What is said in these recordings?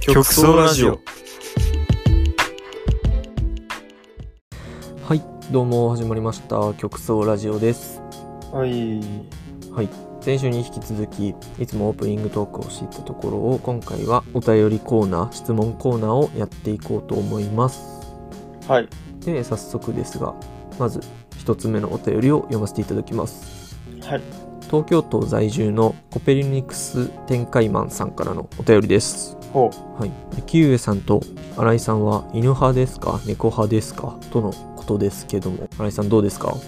極総ラジオはいどうも始まりました極総ラジオですはいはい先週に引き続きいつもオープニングトークをしていたところを今回はお便りコーナー質問コーナーをやっていこうと思いますはいで早速ですがまず一つ目のお便りを読ませていただきますはい東京都在住のコペルニクス展開マンさんからのお便りですほはい、木上さんと新井さんは犬派ですか猫派ですかとのことですけども新井さんどうですかう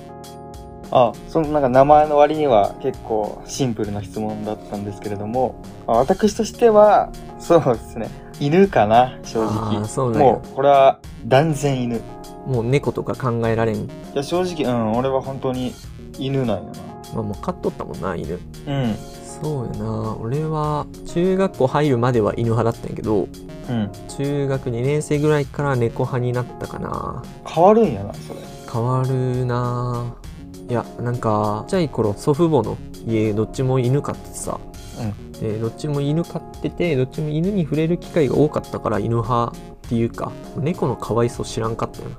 あそのなんか名前の割には結構シンプルな質問だったんですけれどもあ私としてはそうですね犬かな正あー直そうなんやもうこれは断然犬いもう猫とか考えられん、や正直うん俺は本当に犬なんやまあ、もう飼っとったもんな犬なうんそうやな俺は中学校入るまでは犬派だったんやけどうん中学2年生ぐらいから猫派になったかな変わるんやなそれ変わるなぁいやなんかちっちゃい頃祖父母の家どっちも犬飼っててさ、うんでどっちも犬飼っててどっちも犬に触れる機会が多かったから犬派っていうか猫の可愛さを知らんかったよな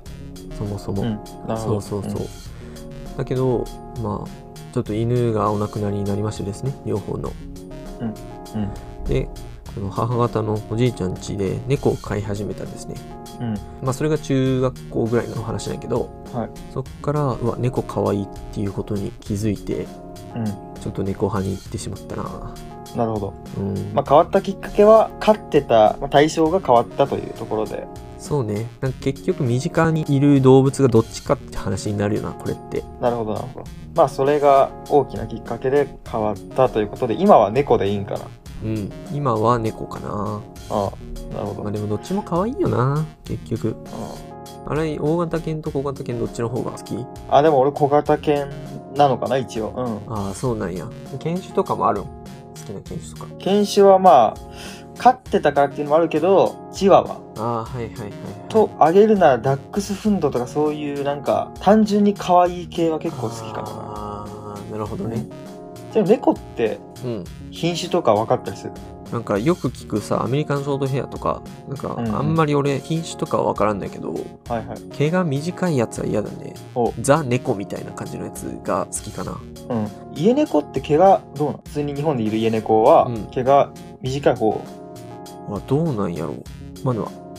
そもそも、うんなるほそどうそうそう、だけどまあちょっと犬がお亡くなりになりましてですね両方のうんでこの母方のおじいちゃん家で猫を飼い始めたんですねうん、うんまあそれが中学校ぐらいの話なんやけど、はいそっからうわ猫可愛いっていうことに気づいてうんちょっと猫派に行ってしまったななるほど、うん、まあ、変わったきっかけは飼ってたまあ対象が変わったというところでそうねなんか結局身近にいる動物がどっちかって話になるよなこれってなるほどなるほどまあそれが大きなきっかけで変わったということで今は猫でいいんかなうん今は猫かなああなるほど、まあうんでもどっちも可愛いよな結局あれ大型犬と小型犬どっちの方が好きあでも俺小型犬なのかな一応うああそうなんや犬種とかもあるん好きな犬種とかん犬種はまあ飼ってたからっていうのもあるけどチワワああはいはいはい、はい、とあげるならダックスフンドとかそういうなんか単純に可愛い系は結構好きかなああなるほどねでも猫ってうん品種とか分かったりするなんかよく聞くさアメリカンショートヘアとかなんかうんうんあんまり俺品種とかは分からんだけど、はいはい毛が短いやつは嫌だねおザ猫みたいな感じのやつが好きかなうん、家猫って毛がどうなん普通に日本でいる家猫はうん毛が短い方、あどうなんやろうまあでも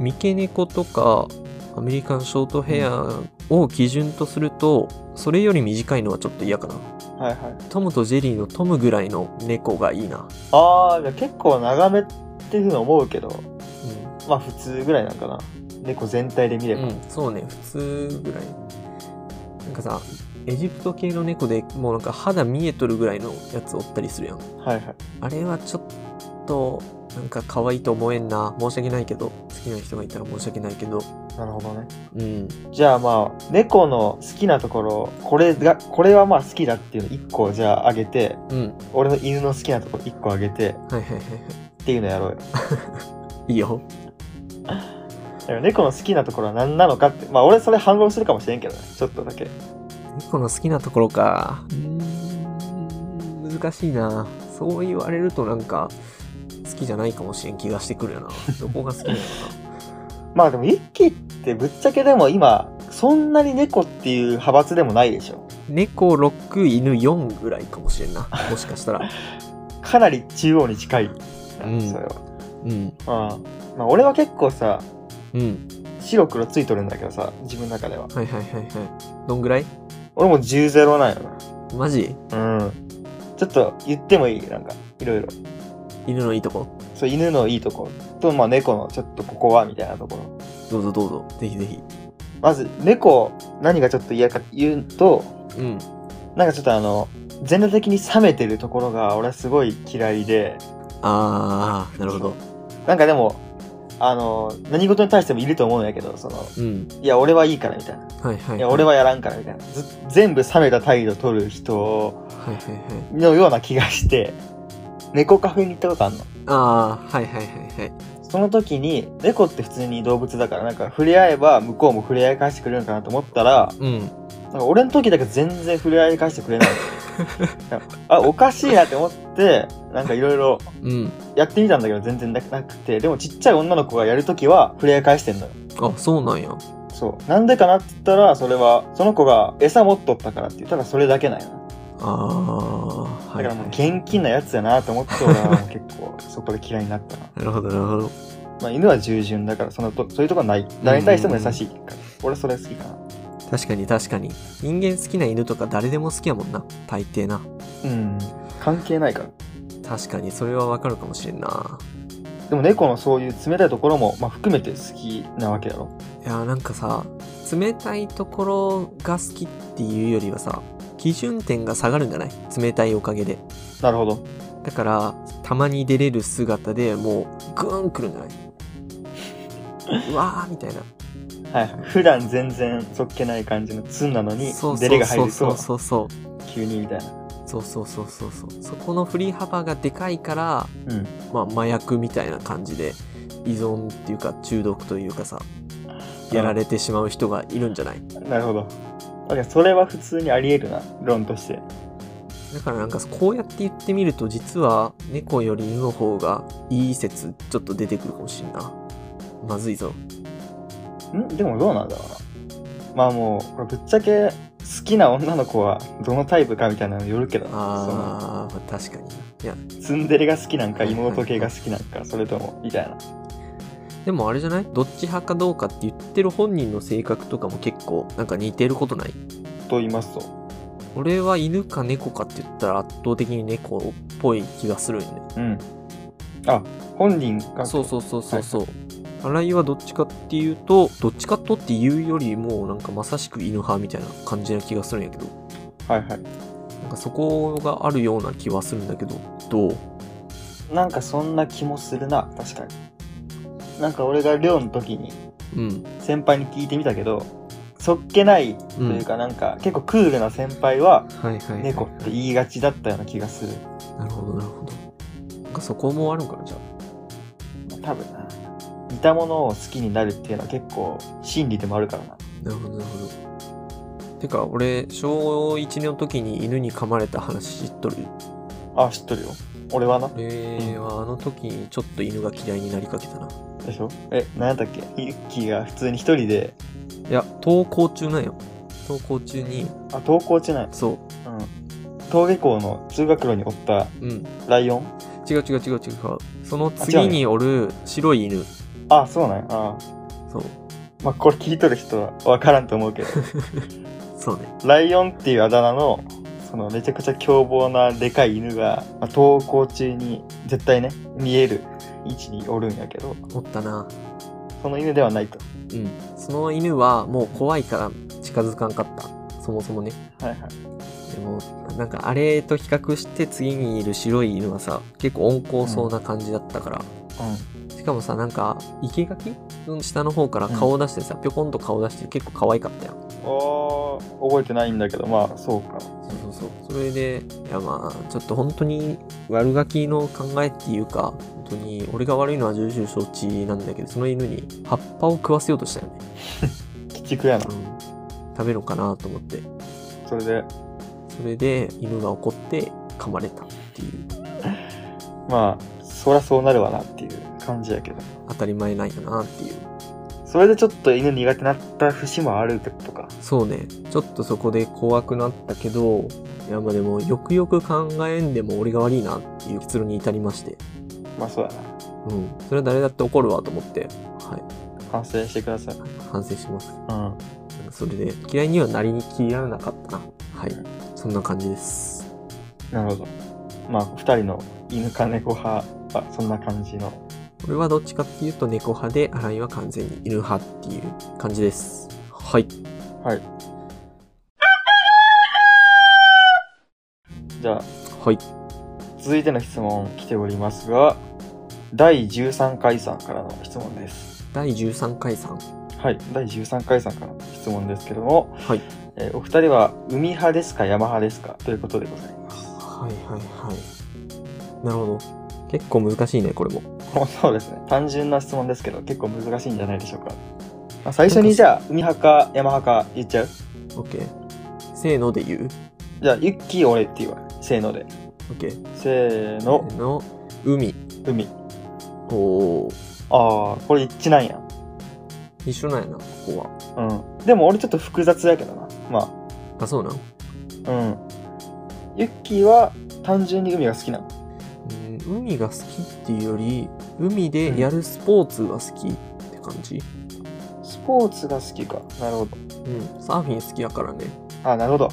三毛猫とかアメリカンショートヘアを基準とするとそれより短いのはちょっと嫌かなはいはいトムとジェリーのトムぐらいの猫がいいな、ああじゃあ結構長めっていうふうに思うけどまあ普通ぐらいなんかな猫全体で見れば、うん、そうね普通ぐらいなんかさエジプト系の猫でもうなんか肌見えとるぐらいのやつおったりするやんはいはいあれはちょっとなんか可愛いと思えんな申し訳ないけど好きな人がいたら申し訳ないけどなるほどねうんじゃあまあ猫の好きなところこれがこれはまあ好きだっていうの1個じゃああげてうん俺の犬の好きなところ1個あげてはいはいはいはっていうのやろうよいいいよだから猫の好きなところは何なのかってまあ俺それ反論するかもしれんけどねちょっとだけ猫の好きなところかうーん難しいなそう言われるとなんか好きじゃないかもしれん気がしてくるよなどこが好きなのかまあでも一気ってぶっちゃけでも今そんなに猫っていう派閥でもないでしょ猫6犬4ぐらいかもしれんなもしかしたらかなり中央に近い、うんそれはうんああまあ俺は結構さうん白黒ついとるんだけどさ自分の中でははいはいはいはいどんぐらい俺も10ゼロなんよマジなうんちょっと言ってもいいなんかいろいろ犬のいいとこそう犬のいいとことまあ猫のちょっとここはみたいなところどうぞどうぞぜひぜひまず猫何がちょっと嫌かって言うとうんなんかちょっとあの全体的に冷めてるところが俺はすごい嫌いでああなるほどなんかでもあの何事に対してもいると思うんやけどそのうんいや俺はいいからみたいなはいはいいや俺はやらんからみたいなず全部冷めた態度取る人はいはいはいのような気がして猫カフェに行ったことあんのああはいはいはいはいその時に猫って普通に動物だからなんか触れ合えば向こうも触れ合い返してくれるのかなと思ったらうんなんか俺の時だけ全然触れ合 い返してくれないあおかしいなって思ってなんかいろいろうんやってみたんだけど全然なくて、でもちっちゃい女の子がやるときは、触れ合い返してんのよ。あ、そうなんや。そう。なんでかなって言ったら、それは、その子が餌持っとったからって言ったらそれだけなんよな。ああ、はだい、からはい。もう現金なやつやなと思って、俺は結構そこで嫌いになったな。なるほど、なるほど。まあ犬は従順だから、そのとそういうとこはない。誰に対しても優しいから。俺それ好きかな。確かに確かに。人間好きな犬とか誰でも好きやもんな。大抵な。うん。関係ないから。確かに、それはわかるかもしれんな。でも猫のそういう冷たいところも、まあ、含めて好きなわけだろ。いやーなんかさ冷たいところが好きっていうよりはさ基準点が下がるんじゃない冷たいおかげでなるほど。だからたまに出れる姿でもうグーンくるんじゃない うわーみたいなはいはい。普段全然そっけない感じのツンなのにそう、デそレうが入そうるそとう、そうそう急にみたいな。そうそうそうそうそうそこの振り幅がでかいから、うん。まあ、麻薬みたいな感じで依存っていうか中毒というかさやられてしまう人がいるんじゃないなるほど。だからそれは普通にあり得るな、論として。だからなんかこうやって言ってみると実は猫より犬の方がいい説ちょっと出てくるかもしれんなまずいぞんでもどうなんだろうな。まあもう、これぶっちゃけ好きな女の子はどのタイプかみたいなのによるけどな。あー、まあ確かにいやそのツンデレが好きなんかはいはいはい妹系が好きなんかそれともみたいな。でもあれじゃないどっち派かどうかって言ってる本人の性格とかも結構なんか似てることないと言いますと。俺は犬か猫かって言ったら圧倒的に猫っぽい気がするよねうん。あ、本人が。そうそうそうそうそう新井はどっちかっていうとどっちかとっていうよりもなんかまさしく犬派みたいな感じな気がするんやけどはいはい。なんかそこがあるような気はするんだけど、どうなんかそんな気もするな、確かに。なんか俺が寮の時にうん。先輩に聞いてみたけど、そっけないというかなんか結構クールな先輩ははいはい、猫って言いがちだったような気がする。なるほど、なるほど。なんかそこもあるんかな、じゃ多分な。似たものを好きになるっていうのは結構心理でもあるからな。あ。なるほど、なるほど。てか、俺、小1の時に犬に噛まれた話知っとる。あ、知っとるよ。俺はな。俺はあの時にちょっと犬が嫌いになりかけたな。でしょえ、なんだっけユッキーが普通に一人で、いや、登校中なんよ。登校中に、あ、登校中ない。そうん。登下校の通学路におったう、うん。ライオン違う違う違う違う。その次におる白い犬。あ、そうなんや。あそう。まあ、これ聞いとる人はわからんと思うけど、そうね。ライオンっていうあだ名の、そのめちゃくちゃ凶暴なでかい犬が、まあ、登校中に絶対ね、見える位置におるんやけど、おったな。その犬ではないと。うん、その犬はもう怖いから近づかんかったそもそもねはいはい。でもなんかあれと比較して次にいる白い犬はさ結構温厚そうな感じだったから、しかもさなんか生垣の下の方から顔を出してさ、ぴょこんと顔出して結構可愛かったようん。おー、覚えてないんだけど、まあ、そうか。そうそうそうそれでいやまあちょっと本当に悪ガキの考えっていうか本当に俺が悪いのは重々承知なんだけどその犬に葉っぱを食わせようとしたよね、鬼畜やなう。ん、食べるのかなと思ってそれで、それで犬が怒って噛まれたっていうまあ、そらそうなるわなっていう感じやけど。当たり前なんやなっていうそれでちょっと犬苦手になった節もあるってことか。そうねちょっとそこで怖くなったけどいやまあでもよくよく考えんでも俺が悪いなっていう結論に至りましてまあ、そうだな。うんそれは誰だって怒るわと思ってはい反省してください。反省しますうん。それで嫌いにはなりに気にならなかったなはいそんな感じですなるほど。まあ、二人の犬か猫派はそんな感じの。俺はどっちかっていうと猫派で新井は完全に犬派っていう感じですはいはい。じゃあ、はい続いての質問来ておりますが、第13回さんからの質問です。第13回さんはい。第13回さんからの質問ですけども、はいえーお二人は海派ですか山派ですかということでございます。はいはいはい。なるほど。結構難しいね、これも。もうそうですね。単純な質問ですけど、結構難しいんじゃないでしょうか。まあ、最初にじゃあ、海派か山派か言っちゃう OK。せーので言うじゃあ、ユッキー俺って言わせーので。 ?OK。せせーの。ーの。海。海。おお。ああ、これ一致なんや。一緒なんやな、ここは。うん。でも俺ちょっと複雑やけどな。まあ、そうなんあ、うん。ユッキーは単純に海が好きなの。うん、海が好きっていうより、海でやるスポーツが好きって感じ。スポーツが好きか。なるほど。うん、サーフィン好きやからね。あなるほど。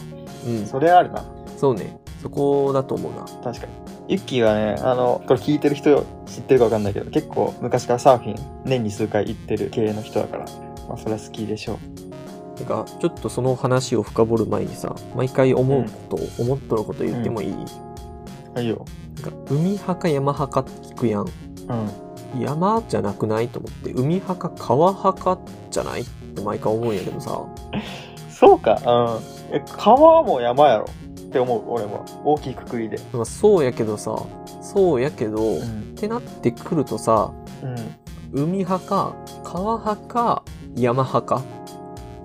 うん、それあるな。そうね。そこだと思うな。確かに。ユッキーはね、あの、これ聞いてる人知ってるかわかんないけど、結構昔からサーフィン年に数回行ってる系の人だから、まあそれは好きでしょう。てか、ちょっとその話を深掘る前にさ、毎回思うこと、思っとること言ってもいい、あいいよ。なんか海派か山派かって聞くやん。うん。山じゃなくないと思って、海派か川派かじゃないって毎回思うんやけどさ。そうか、うん。え、川も山やろって思う、俺も。大きいくくりで。まあ、そうやけどさ、そうやけど、っん。てなってくるとさ、うん。海派か川派か山派か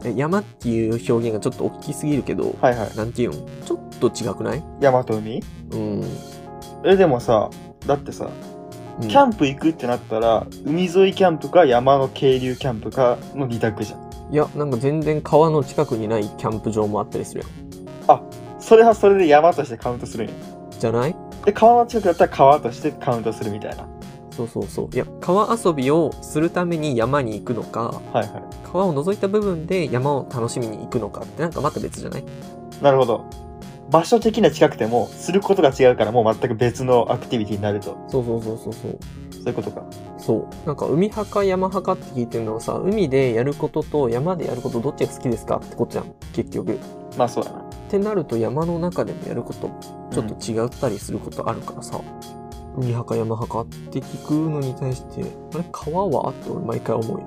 え山っていう表現がちょっと大きすぎるけど、はいはい。なんていうんちょっと違くない山と海うん。え、でもさ、だってさ、キャンンプ行くってなったら、海沿いキャンプか山の渓流キャンプかの二択じゃん。いや、なんか全然川の近くにないキャンプ場もあったりするやそれはそれで山としてカウントするんや。ん。じゃないで、川の近くだったら川としてカウントするみたいな。そうそうそう。いや、川遊びをするために山に行くのか、はいは川を除いた部分で山を楽しみに行くのかってなんかまた別じゃないい。なるほど。場所的には近くても、することが違うからもう全く別のアクティビティになると。そうそうそうそうそう。そういうことか。そうなんか海派か山派かって聞いてるのはさ海でやることと山でやることどっちが好きですかってことじゃん結局っまあそうだな。てなると山の中でもやることちょっと違ったりすることあるからさ、海派か山派かって聞くのに対してあれ川はって俺毎回思うよね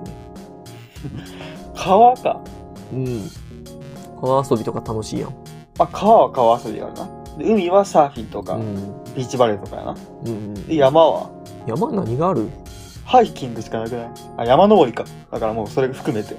川か。うん川遊びとか楽しいやんまあ、川は川遊びがあるな。で海はサーフィンとか、うんビーチバレーとかやな。うんで、山は山何があるハイキングしかなくないあ、山登りか。だからもうそれ含めて。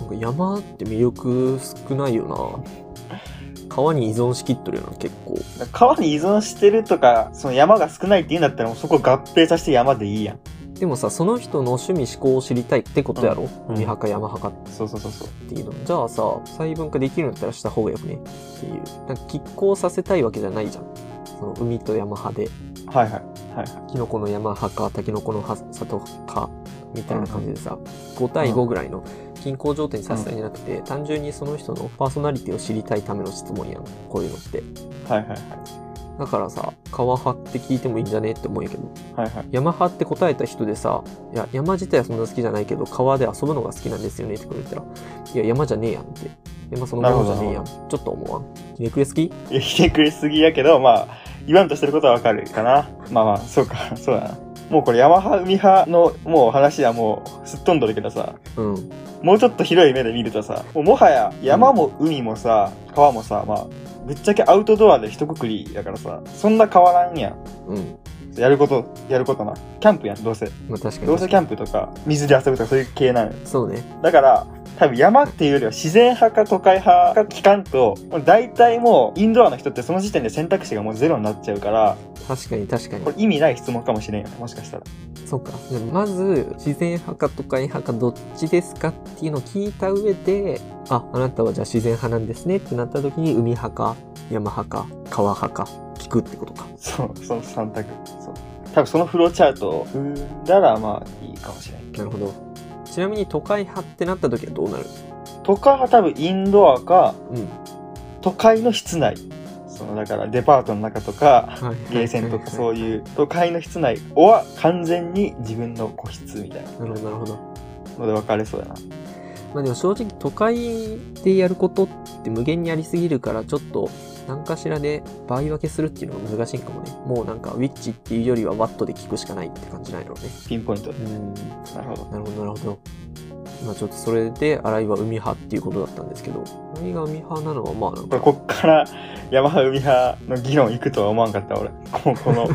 なんか山って魅力少ないよな川に依存しきっとるよな結構川に依存してるとか、その山が少ないって言うんだったらもうそこ合併させて山でいいやん。でもさその人の趣味嗜好を知りたいってことやろ、うん海派か山派かそうそうそうそう。っていうのじゃあさ細分化できるんだったらした方がよくねっていうなんか拮抗させたいわけじゃないじゃんその海と山派ではいはい。はいはい。キノコの山派かタケノコの里かみたいな感じでさ、5対5ぐらいの均衡状態にさせたいんじゃなくて、単純にその人のパーソナリティを知りたいための質問やんこういうのってはいはいだからさ川派って聞いてもいいんじゃねって思うんやけどはい。はいはい。山派って答えた人でさ「いや山自体はそんな好きじゃないけど川で遊ぶのが好きなんですよね」って言ったら「いや山じゃねえやん」って「山そのものじゃねえやん」ちょっと思わん「ひねくれ好き?いや、ひねくれすぎやけど、まあ、言わんとしてることはわかるかな。まあまあ、そうか、そうだな。もうこれ山派、海派のもう話はもうすっ飛んどるけどさ、」うんもうちょっと広い目で見るとさ、もうもはや山も海もさ、川もさ、まあ、ぶっちゃけアウトドアで一括りだからさ、そんな変わらんやん。うんやること、やることな。キャンプやん、どうせ。まあ確かどうにせキャンプとか、水で遊ぶとかそういう系なのよ。そうねだから、多分山っていうよりは自然派か都会派か聞かんと、もう大体もうインドアの人ってその時点で選択肢がもうゼロになっちゃうから、確かに確かにこれ意味ない質問かもしれんよね、もしかしたら。そうかでもまず自然派か都会派かどっちですかっていうのを聞いた上で「ああなたはじゃあ自然派なんですね」ってなった時に海派か山派か川派か聞くってことかそう、その3択。そう。多分そのフローチャートを踏んだらまあいいかもしれんけなどる。ほどちなみに都会派ってなった時はどうなる都会派多分インドアか、うん都会の室内。そのだからデパートの中とか、はいゲーセンとかそういいう都会の室内は完全に自分の個室みたいなうなるほどなるほどので分かれそうだな。まあでも正直都会でやることって無限にありすぎるからちょっと何かしらで倍分けするっていうのが難しいんかもねもうなんかウィッチっていうよりはワットで聞くしかないって感じないのねピンポイントで。うんなるほど。なるほどなるほどまあちょっとそれで新井は海派っていうことだったんですけど新井が海派なのはまあなんこかれこっから山派海派の議論行くとは思わんかった俺こうこの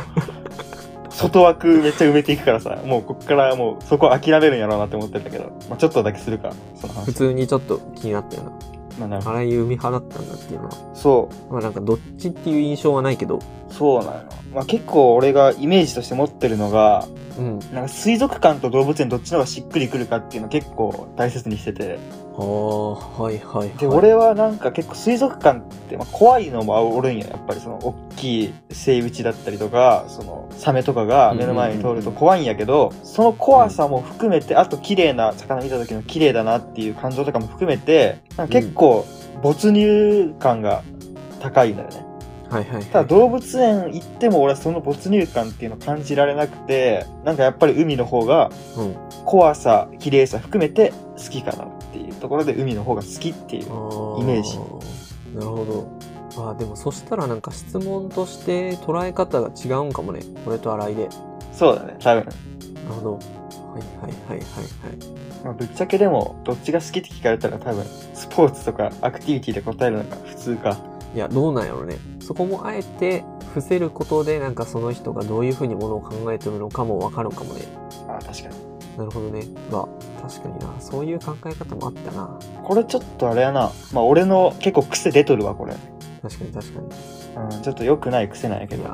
外枠めっちゃ埋めていくからさもうこっからもうそこ諦めるんやろうなって思ってたけど、まあ、ちょっとだけするかその普話通にちょっと気になったよなまあなるほ荒井海派だったんだっていうのはどそまあなんかどっちっていう印象はないけどうそうなの、まあ、結構俺がイメージとして持ってるのがうんなんか水族館と動物園どっちの方がしっくりくるかっていうの結構大切にしててああはいはいはいで、俺はなんか結構水族館って、まあ、怖いのもおるんややっぱりその大きいセイウチだったりとかそのサメとかが目の前に通ると怖いんやけど、その怖さも含めてあと綺麗な魚見た時の綺麗だなっていう感情とかも含めてなんか結構没入感が高いのよね。はいはいはいただ動物園行っても俺はその没入感っていうのを感じられなくてなんかやっぱり海の方がうん怖さ綺麗さ含めて好きかなっていうところで海の方が好きっていうイイメージなるほどあーでもそしたらなんか質問として捉え方が違うんかもね俺と新井でなそうだね多分るほどはいはいはいはいはいまあ、ぶっちゃけでもどっちが好きって聞かれたら多分スポーツとかアクティビティで答えるのが普通かいやどうなんやろねそこもあえて伏せることでなんかその人がどういうふうにものを考えてるのかもわかるかもねああ確かになるほどねまあ確かになそういう考え方もあったなこれちょっとあれやなまあ俺の結構癖出とるわこれ、確かに確かにうん、ちょっと良くない癖なんやけいどや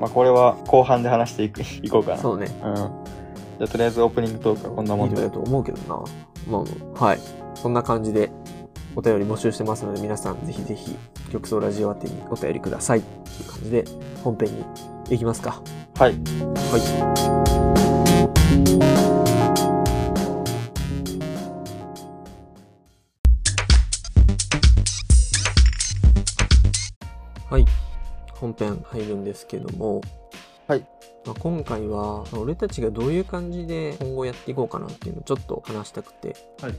まあこれは後半で話していく いこうかなう、そうねん、じゃあとりあえずオープニングトークはこんなもいんいでだと思うけどなまあまあはいそんな感じでお便り募集してますので皆さんぜひぜひ曲奏ラジオ宛てにお便りくださいっていう感じで本編に行きますかはいはいはい本編入るんですけどもはいまあ、今回は俺たちがどういう感じで今後やっていこうかなっていうのをちょっと話したくて、はい、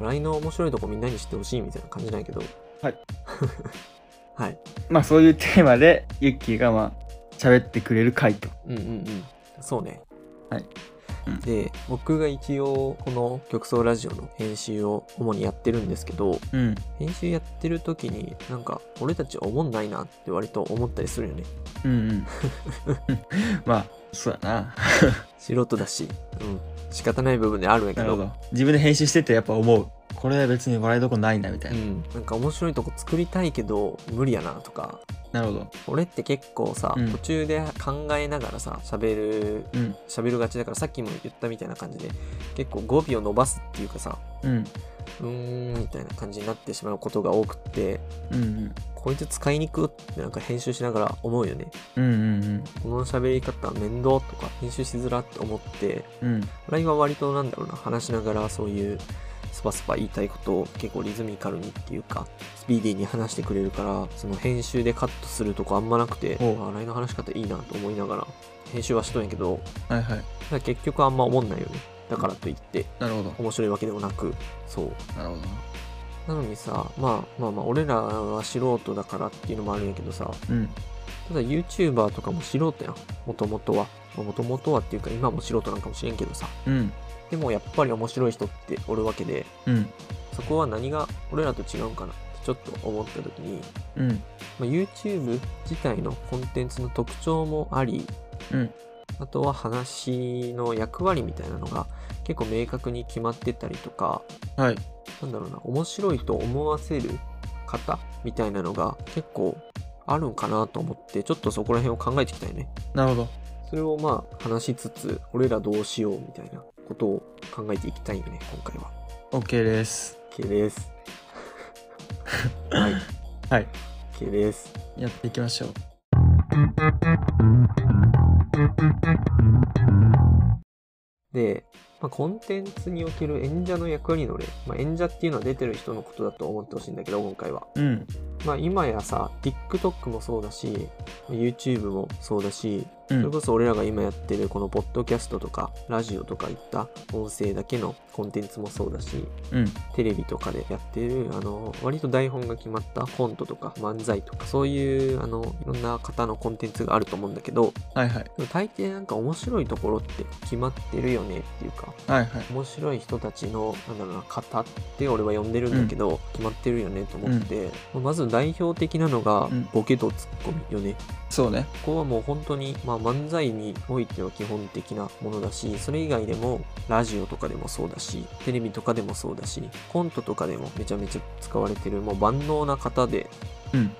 LINE の面白いとこみんなに知ってほしいみたいな感じなんやけどはい はいまあそういうテーマでユッキーがまあ喋ってくれる回とうんうんうんそうねはいうんで僕が一応この「曲奏ラジオ」の編集を主にやってるんですけどうん編集やってる時になんか俺たちおもんないなって割と思ったりするよねうんうん まあそうだな素人だし、うん、仕方ない部分であるんやけなるどほど。自分で編集しててやっぱ思う。これは別に笑いどこないなみたいうな。ん、なんか面白いとこ作りたいけど無理やなとかなるほど。俺って結構さ、うん途中で考えながらさ喋るうん。喋るがちだからさっきも言ったみたいな感じで結構語尾を伸ばすっていうかさうん。うーんみたいな感じになってしまうことが多くってうんこいつ使いにくってなんか編集しながら思うよねうん。うんうんこの喋り方面倒とか編集しづらって思ってうん。うん。ライは割となんだろうな話しながらそういうスパスパ言いたいことを結構リズミカルにっていうかスピーディーに話してくれるからその編集でカットするとこあんまなくてほうあライの話し方いいなと思いながら編集はしとんやけどはいはい。なんか結局あんま思んないよねだからといってなるほど。面白いわけでもなくそうなるほど。なのにさ、まあ、まあまあ俺らは素人だからっていうのもあるんやけどさうん。ただ YouTuber とかも素人やんもともとはもともとはっていうか今も素人なんかもしれんけどさうん。でもやっぱり面白い人っておるわけでうん。そこは何が俺らと違うんかなってちょっと思った時に、うん。まあ、YouTube 自体のコンテンツの特徴もあり、うんあとは話の役割みたいなのが結構明確に決まってたりとかはい。なんだろうな面白いと思わせる方みたいなのが結構あるんかなと思ってちょっとそこら辺を考えていきたいねなるほど。それをまあ話しつつ俺らどうしようみたいなことを考えていきたいよね今回は OK です。 OK です。はい。はい。 OK です。やっていきましょう。で、まあ、コンテンツにおける演者の役割の例、まあ、演者っていうのは出てる人のことだと思ってほしいんだけど、今回は。うん。まあ、今やさ、TikTok もそうだし、YouTube もそうだし、うそれん。こそ俺らが今やってるこのポッドキャストとか、ラジオとかいった音声だけのコンテンツもそうだし、うん。テレビとかでやってるあの割と台本が決まったコントとか漫才とかそういうあのいろんな方のコンテンツがあると思うんだけどはいはい。でも大抵なんか面白いところって決まってるよねっていうかさはいはい。面白い人たちのなんだろうな方って俺は呼んでるんだけど、決まってるよねと思って、まあまず代表的なのが、うんボケとツッコミよねそうね。ここはもう本当に、まあ、漫才においては基本的なものだしそれ以外でもラジオとかでもそうだしテレビとかでもそうだしコントとかでもめちゃめちゃ使われてるもう万能な方でうん。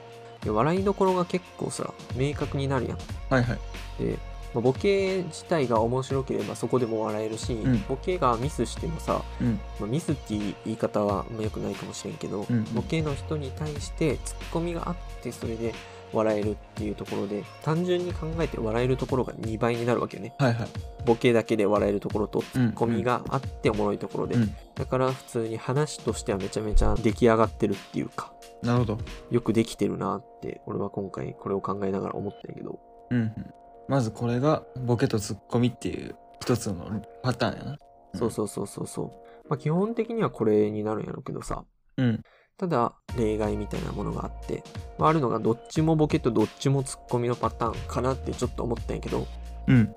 で笑いどころが結構さ明確になるやんはいはい。で、まあボケ自体が面白ければそこでも笑えるし、うんボケがミスしてもさ、うん。まあミスっていう言い方はあんま良くないかもしれんけど、うんボケの人に対してツッコミがあってそれで笑えるっていうところで単純に考えて笑えるところが2倍になるわけよねはいはい。ボケだけで笑えるところとツうん。ッコミがあっておもろいところで、うん。だから普通に話としてはめちゃめちゃ出来上がってるっていうかなるほど。よくできてるなって俺は今回これを考えながら思ったんやけどうんうん。まずこれが、ボケとツッコミっていう一つのパターンやな。そうそうそうそうそう。まあ、基本的にはこれになるんやろうけどさ。うん。ただ、例外みたいなものがあって、まあ、あるのがどっちもボケとどっちもツッコミのパターンかなってちょっと思ったんやけど、うん。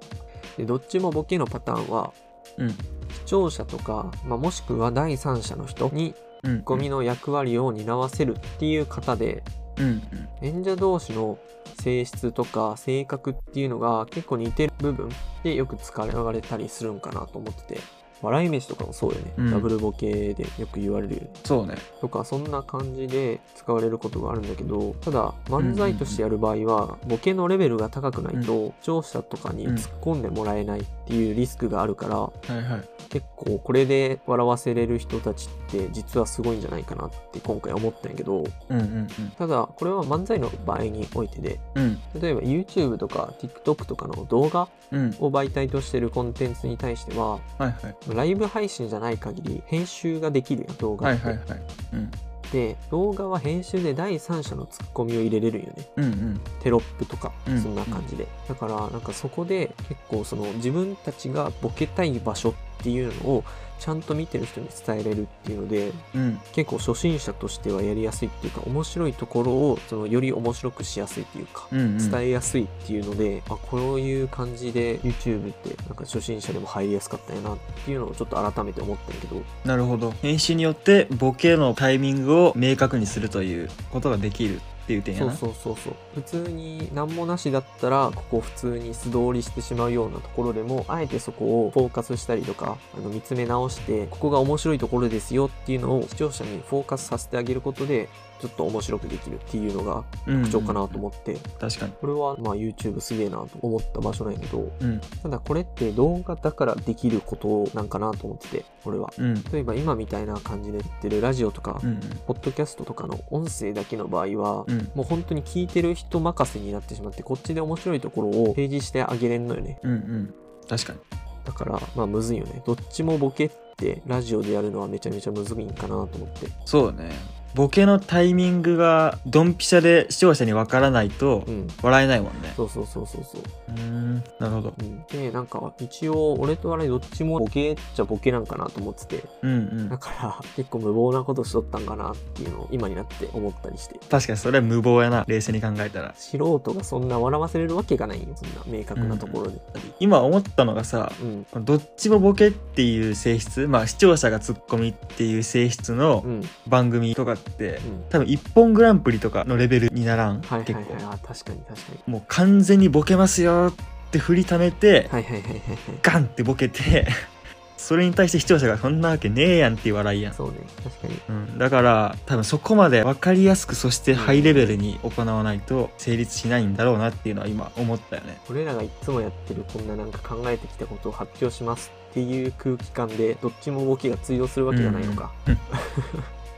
でどっちもボケのパターンは、うん。視聴者とか、まあ、もしくは第三者の人にツうん。ッコミの役割を担わせるっていう方で、うん。うん。演者同士の性質とか性格っていうのが結構似てる部分でよく使われたりするんかなと思ってて笑い飯とかもそうよね、うんダブルボケでよく言われるよねそうね。とかそんな感じで使われることがあるんだけどただ漫才としてやる場合はボケのレベルが高くないと視聴者とかに突っ込んでもらえないっていうリスクがあるからはいはい。結構これで笑わせれる人たちって実はすごいんじゃないかなって今回思ったんやけどうんうんただこれは漫才の場合においてでうん。うん。例えば YouTube とか TikTok とかの動画うん。を媒体としてるコンテンツに対してははいはい。ライブ配信じゃない限り編集ができるやん動は画いって、はいはい。うん。で動画は編集で第三者のツッコミを入れれるよねうんうん。テロップとかうんそんな感じで、だからなんかそこで結構その自分たちがボケたい場所っていうのをちゃんと見てる人に伝えれるっていうのでうん。結構初心者としてはやりやすいっていうか面白いところをそのより面白くしやすいっていうか、うん、うん。伝えやすいっていうので、あこういう感じで YouTube ってなんか初心者でも入りやすかったよなっていうのをちょっと改めて思ったんやけどなるほど編集によってボケのタイミングを明確にするということができるっていう点やそうなそうそうそう普通に何もなしだったらここ普通に素通りしてしまうようなところでもあえてそこをフォーカスしたりとかあの見つめ直してここが面白いところですよっていうのを視聴者にフォーカスさせてあげることでちょっと面白くできるっていうのがうん特徴かなと思って、確かにこれはまあ YouTube すげえなと思った場所なんやけどうんただこれって動画だからできることなんかなと思ってて俺はうん例えば今みたいな感じでやってるラジオとか、うんポッドキャストとかの音声だけの場合は、うんもう本当に聞いてる人任せになってしまってこっちで面白いところを提示してあげれんのよねうんうん確かにだからまあむずいよねどっちもボケってラジオでやるのはめちゃめちゃむずいんかなと思ってそうねボケのタイミングがドンピシャで視聴者にわからないとうん笑えないもんねそうそうそうそうそう、うーんなるほどうん、でなんか一応俺とあれどっちもボケっちゃボケなんかなと思っててうんうんだから結構無謀なことしとったんかなっていうのを今になって思ったりして確かにそれは無謀やな冷静に考えたら素人がそんな笑わせれるわけがないよそんな明確なところでったり今思ったのがさうんどっちもボケっていう性質まあ視聴者がツッコミっていう性質のうんうん番組とかって多分一本グランプリとかのレベルにならん、はいはい結はい構あ確かに確かにもう完全にボケますよって振りためて、はいはいはいはいはいガンってボケて それに対して視聴者がそんなわけねえやんっていう笑いやん、そうね確かにうん、だから多分そこまで分かりやすくそしてハイレベルに行わないと成立しないんだろうなっていうのは今思ったよね俺らがいつもやってるこんななんか考えてきたことを発表しますっていう空気感でどっちもボケが通用するわけがないのか、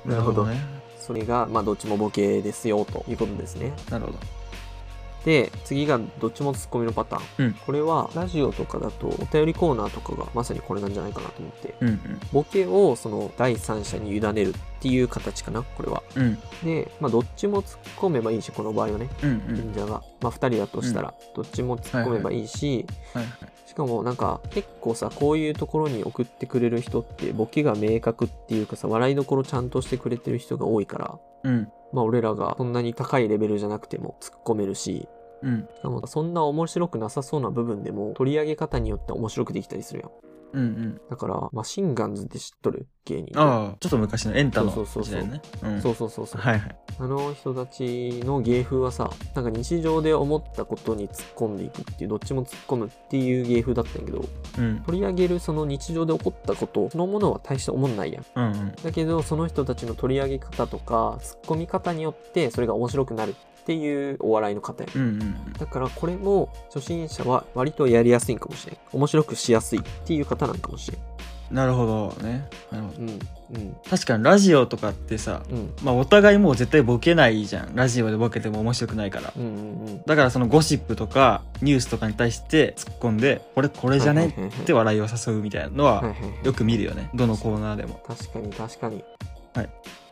なるほどねそれがまあどっちもボケですよということですねなるほどで次がどっちもツッコミのパターン、うんこれはラジオとかだとお便りコーナーとかがまさにこれなんじゃないかなと思ってうんボケをその第三者に委ねるっていう形かなこれはうんうんで、まあ、どっちも突っ込めばいいしこの場合はねうんうん演者が、まあ、2人だとしたらどっちも突っ込めばいいし、はいはいしかもなんか結構さこういうところに送ってくれる人ってボケが明確っていうかさ笑いどころちゃんとしてくれてる人が多いからうんまあ俺らがそんなに高いレベルじゃなくても突っ込めるしうんしかもそんな面白くなさそうな部分でも取り上げ方によって面白くできたりするようんうん。だから、マシンガンズって知っとる芸人。ああ、ちょっと昔のエンタのそうそうそうそう時代ね。うんそうそうそうそう。はいはい。あの人たちの芸風はさ、なんか日常で思ったことに突っ込んでいくっていう、どっちも突っ込むっていう芸風だったんやけど、うん。取り上げるその日常で起こったことそのものは大して思んないやん。うんうん。だけど、その人たちの取り上げ方とか、突っ込み方によって、それが面白くなるっていうお笑いの方やん。うんうん。だからこれも初心者は割とやりやすいんかもしれん。面白くしやすいっていう方なんかもしれん。なるほどね。なるほど。うん、うん、確かにラジオとかってさ、うん、まあお互いもう絶対ボケないじゃん。ラジオでボケても面白くないから。うん、うんうん。だからそのゴシップとかニュースとかに対して突っ込んで、俺これじゃねっって笑いを誘うみたいなのはいははいはい。よく見るよね。どのコーナーでも。確かに確かに。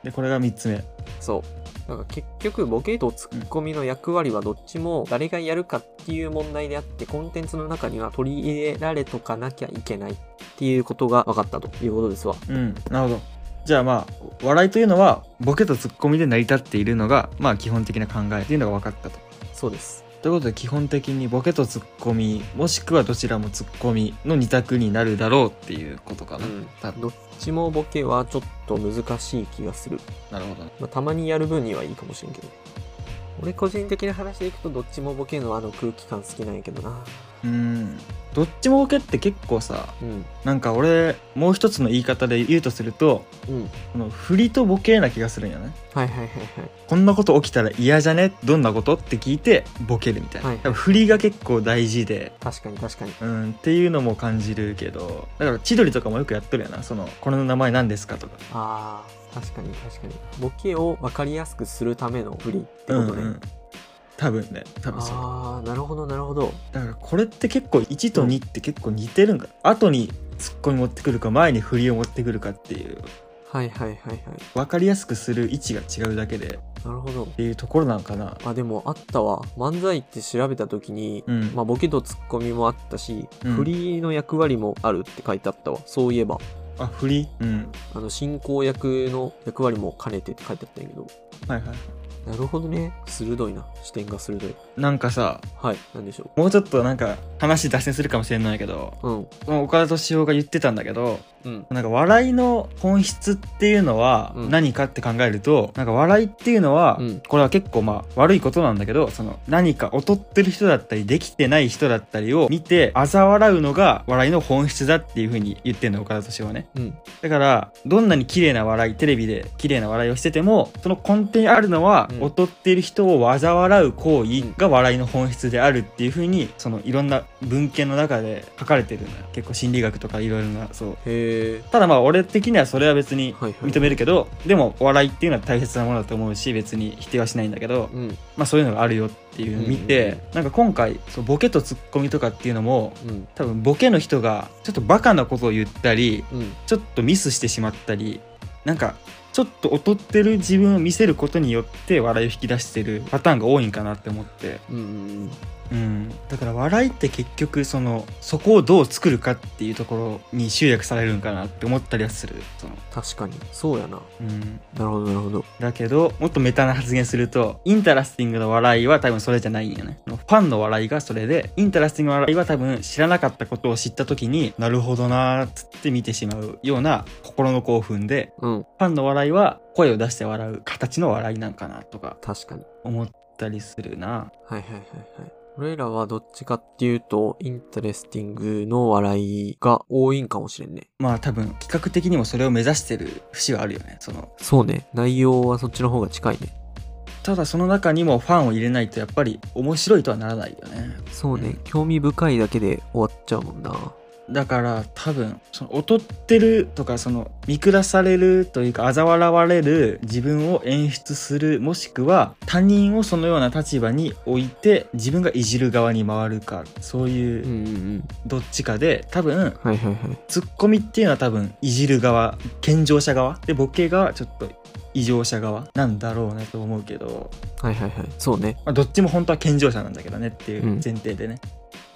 で、これが3つ目。そう。だから結局ボケとツッコミの役割はどっちも誰がやるかっていう問題であって、コンテンツの中には取り入れられとかなきゃいけないっていうことが分かったということですわ。うん。なるほど。じゃあまあ、笑いというのはボケとツッコミで成り立っているのが、まあ基本的な考えっていうのが分かったと。そうです。ということで基本的にボケとツッコミもしくはどちらもツッコミの2択になるだろうっていうことかな、たどっちもボケはちょっと難しい気がする。なるほどねまあ、たまにやる分にはいいかもしれんけど。俺個人的な話でいくとどっちもボケのあの空気感好きなんやけどな。うんどっちもボケって結構さうん。なんか俺もう一つの言い方で言うとするとうん。この振りとボケな気がするんよねはいはいはいこんなこと起きたら嫌じゃねどんなことって聞いてボケるみたいな、はい多分振りが結構大事ではい。確かに確かに。うん、っていうのも感じるけどだから千鳥とかもよくやっとるよなその「これの名前何ですか?」とかああ、確かに確かに。ボケを分かりやすくするための振りってことね。うんうん、多分ね多分そうああ、なるほどなるほど。だからこれって結構1と2って結構似てるんか、後にツッコミ持ってくるか前に振りを持ってくるかっていうはいはいはいはい。分かりやすくする位置が違うだけでっなるほど。ていうところなんかなあ、でもあったわ。漫才って調べた時に、うんまあボケとツッコミもあったし、うん振りの役割もあるって書いてあったわ。そういえば。あ振りうんあの進行役の役割も兼ねてって書いてあったんやけどはいはいなるほどね鋭いな視点が鋭いなんかさはいなんでしょもうちょっとなんか話脱線するかもしれないけどううんその岡田敏夫が言ってたんだけどうんなんか笑いの本質っていうのはうん何かって考えると、なんか笑いっていうのは、うんこれは結構まあ悪いことなんだけどその何か劣ってる人だったりできてない人だったりを見て嘲笑うのが笑いの本質だっていうふうに言ってんの岡田敏夫はねうんだからどんなに綺麗な笑いテレビで綺麗な笑いをしててもその根底にあるのは、うん劣ってる人を嘲笑う行為うんが笑いの本質であるっていうふうにそのいろんな文献の中で書かれてるんだよ結構心理学とかいろいろなそうへえただまあ俺的にはそれは別にはいはい認めるけど、でもお笑いっていうのは大切なものだと思うし別に否定はしないんだけど、うんまあそういうのがあるよっていうのを見て、うんうんなんか今回そうボケとツッコミとかっていうのもうん多分ボケの人がちょっとバカなことを言ったりうんちょっとミスしてしまったりなんかちょっと劣ってる自分を見せることによって笑いを引き出してるパターンが多いんかなって思って、うんうんうん、だから笑いって結局そのそこをどう作るかっていうところに集約されるんかなって思ったりはするその確かにそうやなうん、なるほどなるほどだけどもっとメタな発言するとインタラスティングの笑いは多分それじゃないんよねファンの笑いがそれでインタラスティングの笑いは多分知らなかったことを知った時になるほどなーっつって見てしまうような心の興奮でうんファンの笑いは声を出して笑う形の笑いなんかなとか確かに思ったりするなはいはいはいはい俺らはどっちかっていうとインタレスティングの笑いが多いんかもしれんねまあ多分企画的にもそれを目指してる節はあるよねそのそうね内容はそっちの方が近いねただその中にもファンを入れないとやっぱり面白いとはならないよねそうね、うん興味深いだけで終わっちゃうもんなだから多分その劣ってるとかその見下されるというか嘲笑われる自分を演出するもしくは他人をそのような立場に置いて自分がいじる側に回るかそううんういうんうんどっちかで多分はいはいはいツッコミっていうのは多分いじる側健常者側でボケがちょっと異常者側なんだろうねと思うけど、はいはいはいそうねまあ、どっちも本当は健常者なんだけどねっていううん前提でね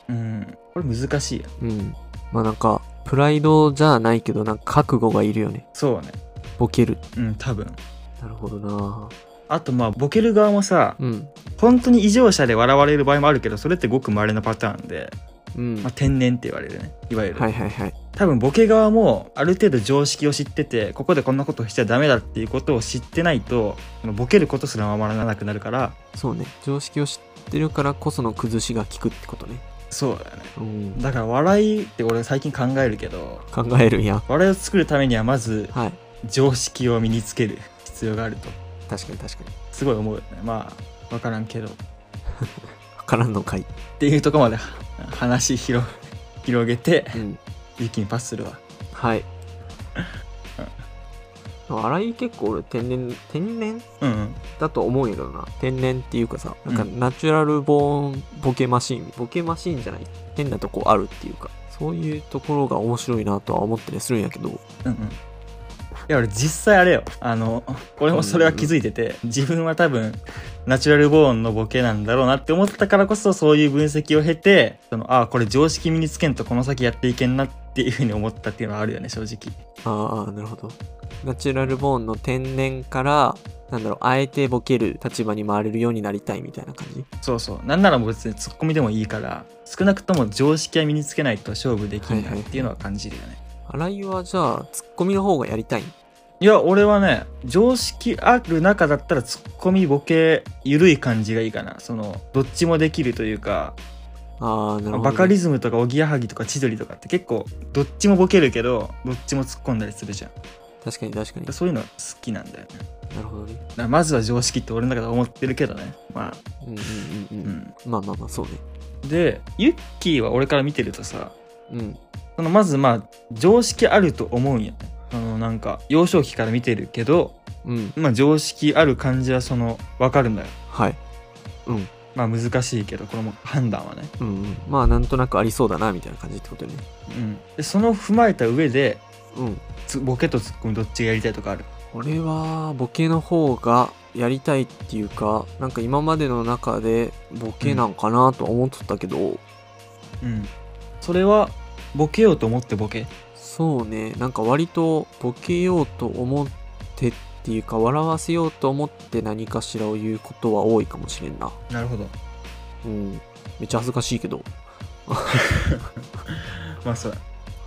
うんこれ難しいようん。まあなんか、プライドじゃないけど、なんか覚悟がいるよね。そうねボケる。うん多分なるほどなあとまあボケる側もさうん。本当に異常者で笑われる場合もあるけどそれってごく稀なパターンで、うん。まあ、は天然って言われるねいわゆいる、はいはい。多分ボケ側もある程度常識を知っててここでこんなことしちゃダメだっていうことを知ってないとそのボケることすらままならなくなるからそうね常識を知ってるからこその崩しが効くってことねそうだよねうんだから笑いって俺最近考えるけど考えるんや笑いを作るためにはまずはい常識を身につける必要があると確かに確かにすごい思うよねまあ分からんけどっ分からんのかいていうとこまでは話広広げてうん一気にパスするわはい洗い結構俺天然天然うんうんだと思うんやけどな天然っていうかさなんかナチュラルボーンボケマシーンボケマシーンじゃない変なとこあるっていうかそういうところが面白いなとは思ったりするんやけどうんうんいや俺実際あれよあの俺もそれは気づいてて自分は多分ナチュラルボーンのボケなんだろうなって思ったからこそそういう分析を経てそのああこれ常識身につけんとこの先やっていけんなっていうふうに思ったっていうのはあるよね正直ああなるほどナチュラルボーンの天然からなんだろうあえてボケる立場に回れるようになりたいみたいな感じそうそうなんならもう別にツッコミでもいいから少なくとも常識は身につけないと勝負できんなっていうのは感じるよね、新井はじゃあツッコミの方がやりたいんいや俺はね常識ある中だったらツッコミボケ緩い感じがいいかなそのどっちもできるというかああなるほど、バカリズムとかおぎやはぎとか千鳥とかって結構どっちもボケるけどどっちも突っ込んだりするじゃん確かに確かにそういうの好きなんだよねだかなるほどねらまずは常識って俺の中では思ってるけどねまあうんうんうんううん、んまあまあまあそうねでユッキーは俺から見てるとさうんそのまずまあ常識あると思うんやねそのなんか幼少期から見てるけどうんまあ常識ある感じはその分かるんだよはいうんまあ難しいけどこの判断はねうんうんまあなんとなくありそうだなみたいな感じってことよねうんでその踏まえた上でうんつボケとツッコミどっちがやりたいとかある俺はボケの方がやりたいっていうかなんか今までの中でボケなんかなとは思っとったけど、うんそれはボケようと思ってボケそうねなんか割とボケようと思ってっていうか笑わせようと思って何かしらを言うことは多いかもしれんななるほどうんめっちゃ恥ずかしいけどまあそうだ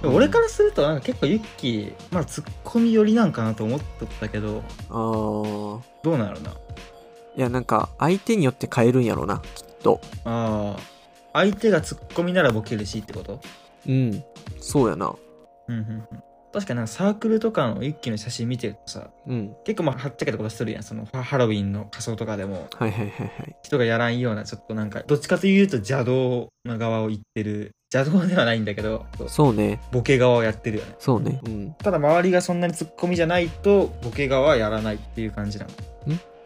でも俺からするとなんか結構ユッキーまあツッコミ寄りなんかなと思っとったけどあーどうなるないやなんか相手によって変えるんやろなきっとあー相手がツッコミならボケるしってことうんそうやなうんうんうん確かになんかサークルとかのユッキーの写真見てるとさうん結構まあはっちゃけたことしとるやんそのハハロウィンの仮装とかでもはいはいはいはい人がやらんようなちょっとなんかどっちかというと邪道な側を言ってる邪道ではないんだけどそうねボケ側をやってるよねそうねうんただ周りがそんなにツッコミじゃないとボケ側はやらないっていう感じなの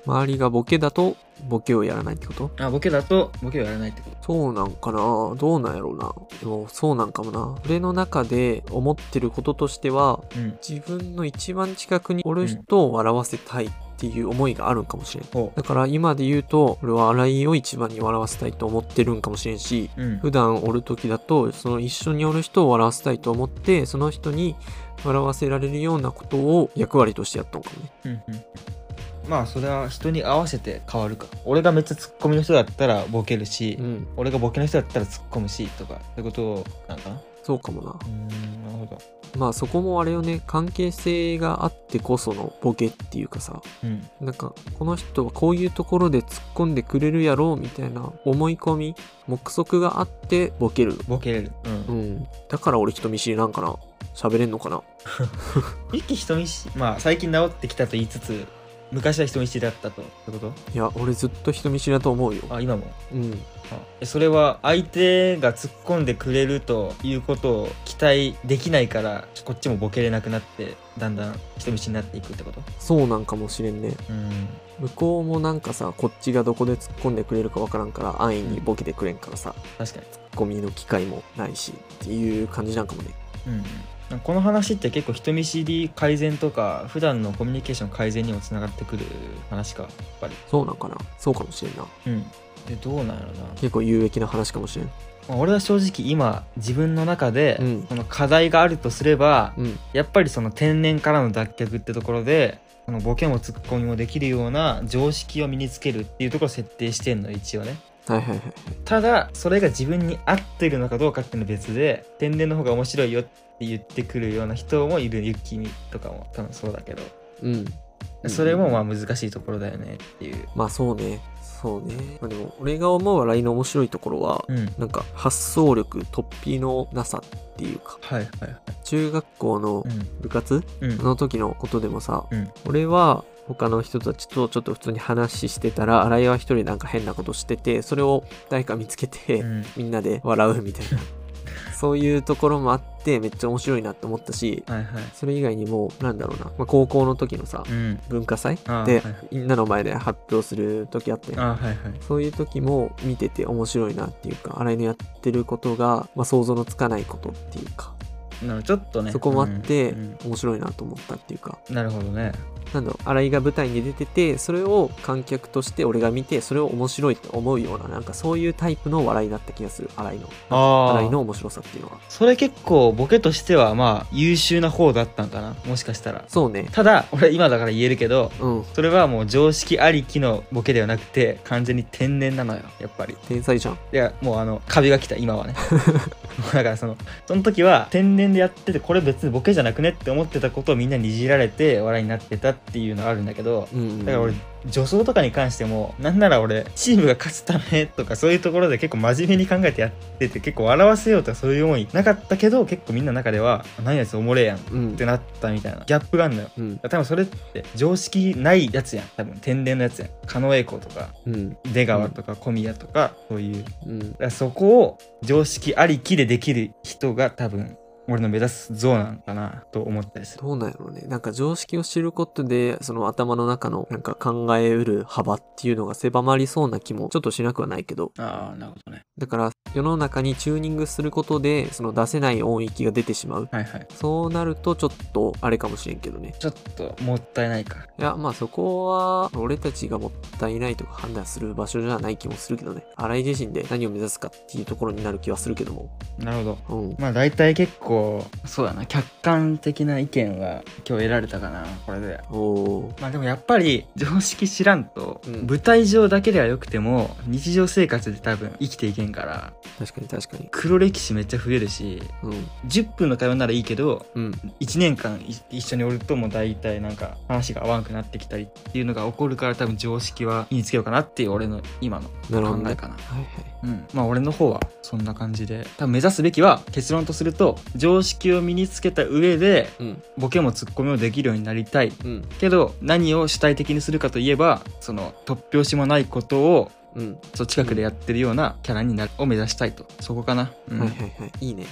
周りがボケだとボケをやらないってことあボケだとボケをやらないってことそうなんかなどうなんやろうなでもそうなんかもな俺の中で思ってることとしてはうん自分の一番近くにおる人を笑わせたいっていう思いがあるんかもしれん。ほだから今で言うと、俺は新井を一番に笑わせたいと思ってるんかもしれんし、ううん普段おる時だと、その一緒におる人を笑わせたいと思って、その人に笑わせられるようなことを役割としてやっとんかもね。うんうんまあそれは人に合わせて変わるか俺がめっちゃツッコミの人だったらボケるし、うん、俺がボケの人だったらツッコむしとかってことなんかなそうかもな。うんなるほどまあそこもあれよね、関係性があってこそのボケっていうかさ、うんなんかこの人はこういうところで突っ込んでくれるやろうみたいな思い込み目測があってボケるボケれるうんうんだから俺人見知りなんかな喋れんのかな一気人見知りまあ最近治ってきたと言いつつ昔は人見知りだったとってこといや俺ずっと人見知りだと思うよあ今もうんあえそれは相手が突っ込んでくれるということを期待できないからこっちもボケれなくなってだんだん人見知りになっていくってことそうなんかもしれんねうん向こうもなんかさこっちがどこで突っ込んでくれるかわからんから安易にボケてくれんからさ確かに、ツッコミの機会もないしっていう感じなんかもねうんうん、この話って結構人見知り改善とか普段のコミュニケーション改善にもつながってくる話かやっぱりそうなんかなそうかもしれんなうんでどうなんやろな、結構有益な話かもしれんまあ、俺は正直今自分の中で、うんその課題があるとすれば、うんやっぱりその天然からの脱却ってところでそのボケもツッコミもできるような常識を身につけるっていうところを設定してんの一応ねはいはいはい。ただそれが自分に合ってるのかどうかっていうのは別で天然の方が面白いよって言ってくるような人もいるユッキーにとかも多分そうだけどうん。それもまあ難しいところだよねっていう。まあそうね。そうね。まあ、でも、俺が思う笑いの面白いところは、うん、なんか発想力突飛のなさっていうか、はいはいはい。中学校のうん部活うんの時のことでもさ、うん俺は他の人たちとちょっと普通に話してたら、新井は一人なんか変なことしてて、それを誰か見つけて、うんみんなで笑うみたいな。そういうところもあって、めっちゃ面白いなって思ったし、はいはい。それ以外にも、なんだろうな、まあ、高校の時のさう、ん。文化祭あーではい、みんなの前で発表する時あって、あーはいはい。そういう時も見てて面白いなっていうか、新井のやってることが、まあ、想像のつかないことっていうか、なるちょっとね。そこもあってうんうん、面白いなと思ったっていうか、なるほどね。なんだろう、新井が舞台に出てて、それを観客として俺が見て、それを面白いと思うような、なんかそういうタイプの笑いだった気がする、新井の。あ新井ーの面白さっていうのは。それ結構ボケとしてはまあ優秀な方だったんかなもしかしたらそうね。ただ俺今だから言えるけどうん。それはもう常識ありきのボケではなくて完全に天然なのよやっぱり天才じゃん。いやもうあのカビが来た今はねもうだからそのその時は天然でやっててこれ別にボケじゃなくねって思ってたことをみんなにいじられて笑いになってたっていうのがあるんだけどうん、うん。だから俺女装とかに関してもなんなら俺チームが勝つためとかそういうところで結構真面目に考えてやってて結構笑わせようとかそういう思いなかったけど結構みんなの中では「何やつおもれえやん」っうんて。なったみたいなギャップがあるのよ。うん。多分それって常識ないやつやん多分天然のやつやん狩野英孝とかうん。出川とか小宮とかそういううんだ。からそこを常識ありきでできる人が多分俺の目指す像なのかなと思ったりする。どうなんやろうね。なんか常識を知ることで、その頭の中のなんか考えうる幅っていうのが狭まりそうな気もちょっとしなくはないけど。ああなるほどね。だから世の中にチューニングすることで、その出せない音域が出てしまう。はいはい。そうなるとちょっとあれかもしれんけどね。ちょっともったいないか。いや、まあそこは俺たちがもったいないとか判断する場所じゃない気もするけどね。新井自身で何を目指すかっていうところになる気はするけども。なるほど。うん。まあ大体結構そうだな客観的な意見は今日得られたかなこれでおー。まあでもやっぱり常識知らんと、うん舞台上だけではよくても日常生活で多分生きていけんから確かに確かに。黒歴史めっちゃ増えるしうん。 10分の会話ならいいけどうん。 1年間い一緒におるともう大体なんか話が合わんくなってきたりっていうのが起こるから多分常識は身につけようかなっていう俺の今のなるほど考ね。はえいかな。はい。うん、まあ俺の方はそんな感じで多分目指すべきは結論とすると常識を身につけた上でうん。ボケもツッコミもできるようになりたいうん。けど何を主体的にするかといえばその突拍子もないことをうん。そう近くでやってるようなキャラになるを目指したいとそこかな、うんはいはいはい。いいね。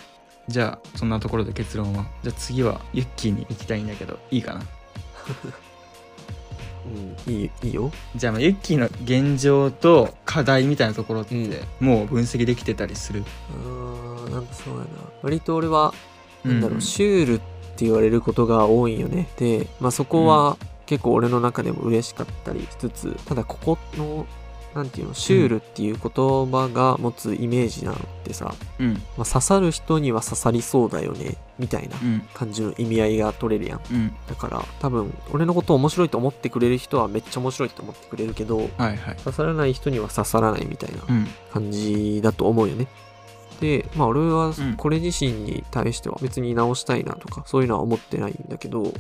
じゃあそんなところで結論はじゃあ次はユッキーに行きたいんだけどいいかなうん。いい、いいよ。じゃあまあユッキーの現状と課題みたいなところってうんもう分析できてたりする、うーん、なんかそうやな。割と俺は、うんなんだろう、シュールって言われることが多いんよね。で、まあそこは結構俺の中でも嬉しかったりしつつ、ただここの、なんていうの、シュールっていう言葉が持つイメージなのってさ、うんまあ、刺さる人には刺さりそうだよね、みたいなうん感じの意味合いが取れるやん。うんだから多分、俺のことを面白いと思ってくれる人はめっちゃ面白いと思ってくれるけど、はいはい刺さらない人には刺さらないみたいなうん感じだと思うよね。で、まあ俺はうんこれ自身に対しては別に直したいなとかそういうのは思ってないんだけど、うん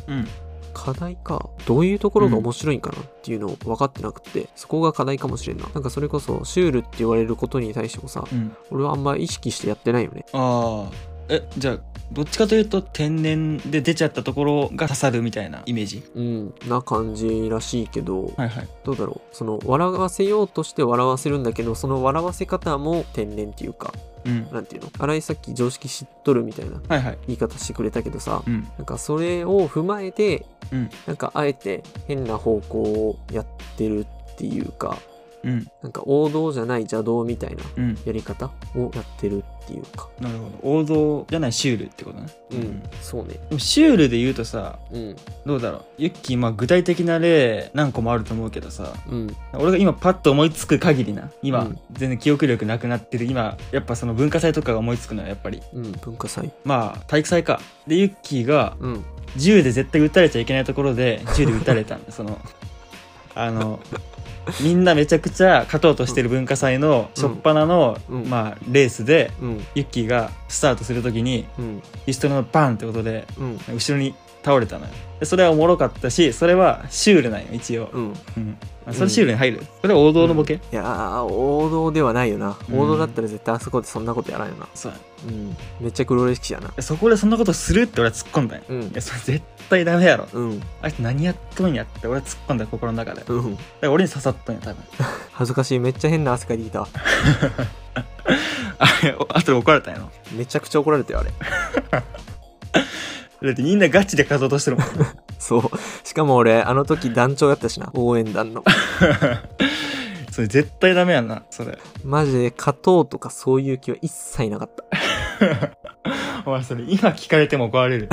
課題か、どういうところが面白いんかなっていうのを分かってなくて、そこが課題かもしれんな。なんかそれこそシュールって言われることに対してもさ、うん俺はあんま意識してやってないよね。ああえじゃあどっちかというと天然で出ちゃったところが刺さるみたいなイメージうん、な感じらしいけど、はいはいどうだろう。その笑わせようとして笑わせるんだけど、その笑わせ方も天然っていうか、うんなんていうの新井さっき常識知っとるみたいなはいはい言い方してくれたけどさ、うんなんかそれを踏まえて、うんなんかあえて変な方向をやってるっていうか、うんなんか王道じゃない邪道みたいなうんやり方をやってるっていうか。なるほど王道じゃないシュールってことねうん、そうね。でもシュールで言うとさうん、どうだろうユッキーまあ具体的な例何個もあると思うけどさうん、俺が今パッと思いつく限りな今、うん全然記憶力なくなってる今やっぱその文化祭とかが思いつくのはやっぱりうん、文化祭。まあ体育祭かでユッキーがうん、 銃で絶対撃たれちゃいけないところで銃で撃たれたんだそのあのみんなめちゃくちゃ勝とうとしてる文化祭の初っ端の、うんまあ、レースでうんユッキーがスタートするときにうんピストルのバンってことでうん後ろに倒れたのよでそれはおもろかったしそれはシュールなんよ一応、うんうんあそれシュールに入るそれ王道のボケ、いやー王道ではないよなうん王道だったら絶対あそこでそんなことやらんよなそううんめっちゃ黒歴史やなそこでそんなことするって俺は突っ込んだんようんいやそれ絶対ダメやろうんあいつ何やっとんやって俺は突っ込んだ心の中でだかうんら俺に刺さったんよ多分恥ずかしいめっちゃ変な汗かいてきた あれあとで怒られたんやろめちゃくちゃ怒られたよあれだってみんなガチで勝とうとしてるもんそうしかも俺あの時団長やったしな応援団の それ絶対ダメやんなそれマジで勝とうとかそういう気は一切なかったお前それ今聞かれても怒られる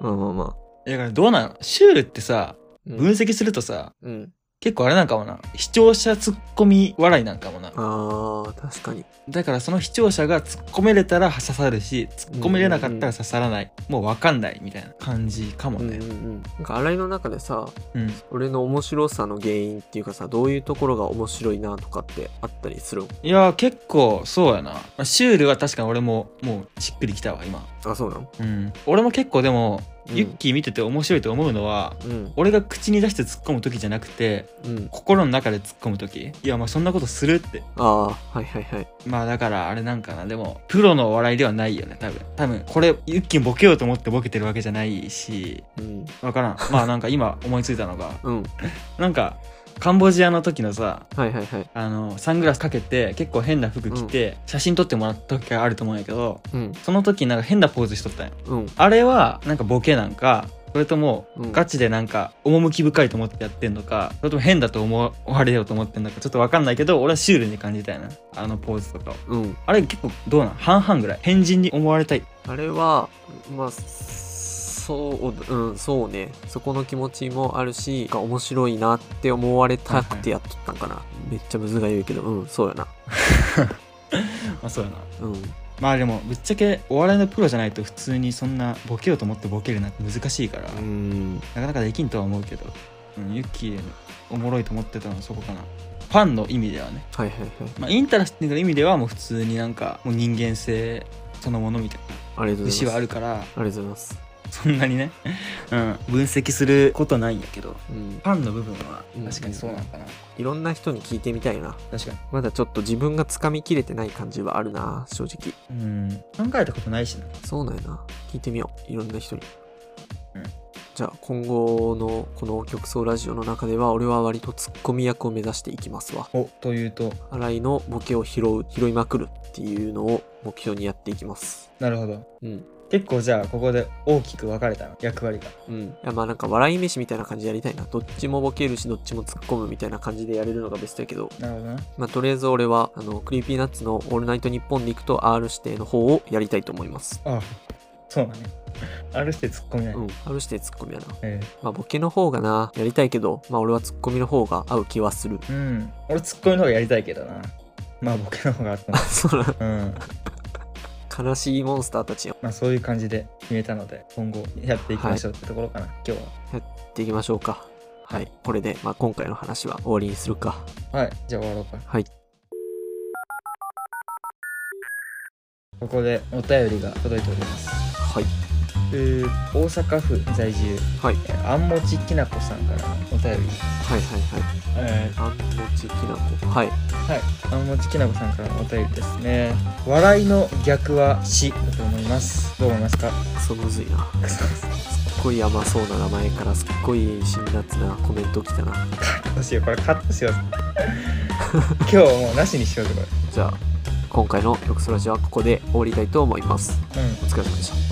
まあまあまいやだからどうなのシュールってさあうん分析するとさ、うん結構あれなんかもな視聴者ツッコミ笑いなんかもなあー確かにだからその視聴者が突っ込めれたら刺さるし突っ込めれなかったら刺さらない、もう分かんないみたいな感じかもうんうねんうんなんか新井の中でさうん、俺の面白さの原因っていうかさどういうところが面白いなとかってあったりするいやー結構そうやなまあシュールは確かに俺ももうしっくりきたわ今あそうなのうん俺も結構でも、うんユッキー見てて面白いと思うのはうん俺が口に出して突っ込む時じゃなくてうん心の中で突っ込む時いやまあそんなことするってああはいはいはいまあだからあれなんかなでもプロのお笑いではないよね多分多分これユッキーボケようと思ってボケてるわけじゃないしうん分から んまあなんか今思いついたのがうんなんかカンボジアの時のさはいはいはいあのサングラスかけて結構変な服着て写真撮ってもらった時があると思うんやけどうんその時なんか変なポーズしとったんやうんあれはなんかボケなんかそれともうんガチでなんか趣深いと思ってやってんのかそれとも変だと思われようと思ってんのかちょっと分かんないけど俺はシュールに感じたよなあのポーズとかをうんあれ結構どうなん半々ぐらい変人に思われたいあれはまあそううんそうねそこの気持ちもあるしなんか面白いなって思われたくてやっとったんかな、めっちゃむずがゆいけどうんそうやなまあそうやなうんまあでもぶっちゃけお笑いのプロじゃないと普通にそんなボケようと思ってボケるなんて難しいから、うんなかなかできんとは思うけど、うん、ユッキーおもろいと思ってたのはそこかなファンの意味ではね、はいはいはいまあ、インタラスティングの意味ではもう普通になんかもう人間性そのものみたいありがとうございなます節はあるからありがとうございますそんなにね、 うん、分析することないんやけどうんファンの部分は確確かかににそそううななののかな、いろんな人に聞いてみたいな確かまだちょっと自分がつかみきれてない感じはあるな正直にうん考えたことないしなそうなんやな聞いてみよういろんな人に、うんじゃあ今後のこの曲奏ラジオの中では俺は割とツッコミ役を目指していきますわおというと新井のボケを拾う拾いまくるっていうのを目標にやっていきますなるほどうん結構じゃあここで大きく分かれたの役割がうん、いやまあなんか笑い飯みたいな感じでやりたいなどっちもボケるしどっちもツッコむみたいな感じでやれるのがベストやけどなるほどなまあとりあえず俺はあのクリーピーナッツの「オールナイトニッポン」で行くと R 指定の方をやりたいと思いますああそうだね R して突っ込みない、うん R 指定ツッコミやなえまあボケの方がなやりたいけどまあ俺はツッコミの方が合う気はする えうん俺突っ込みの方がやりたいけどなまあボケの方があったなそらうん悲しいモンスターたちをやまあそういう感じで決めたので今後やっていきましょうってところかな、今日っていきましょうかはいこれで、まあ、今回の話は終わりにするかははいじゃあ終わろうかはいここでお便りが届いておりますはいえー大阪府在住、はいえーあんもちきなこさんからお便り、はいはいはいえあんもちきなこはいーはいあんもちきなこさんからのお便りですね笑いの逆は死だと思いますどう思いますか クソむずいなすっごい甘そうな名前からすっごい辛辣なコメントきたなどうしようこれカットし よう今日はもうなしにしようぜこじゃあ今回の「曲そらジはここで終わりたいと思いますれうんお疲れ様でした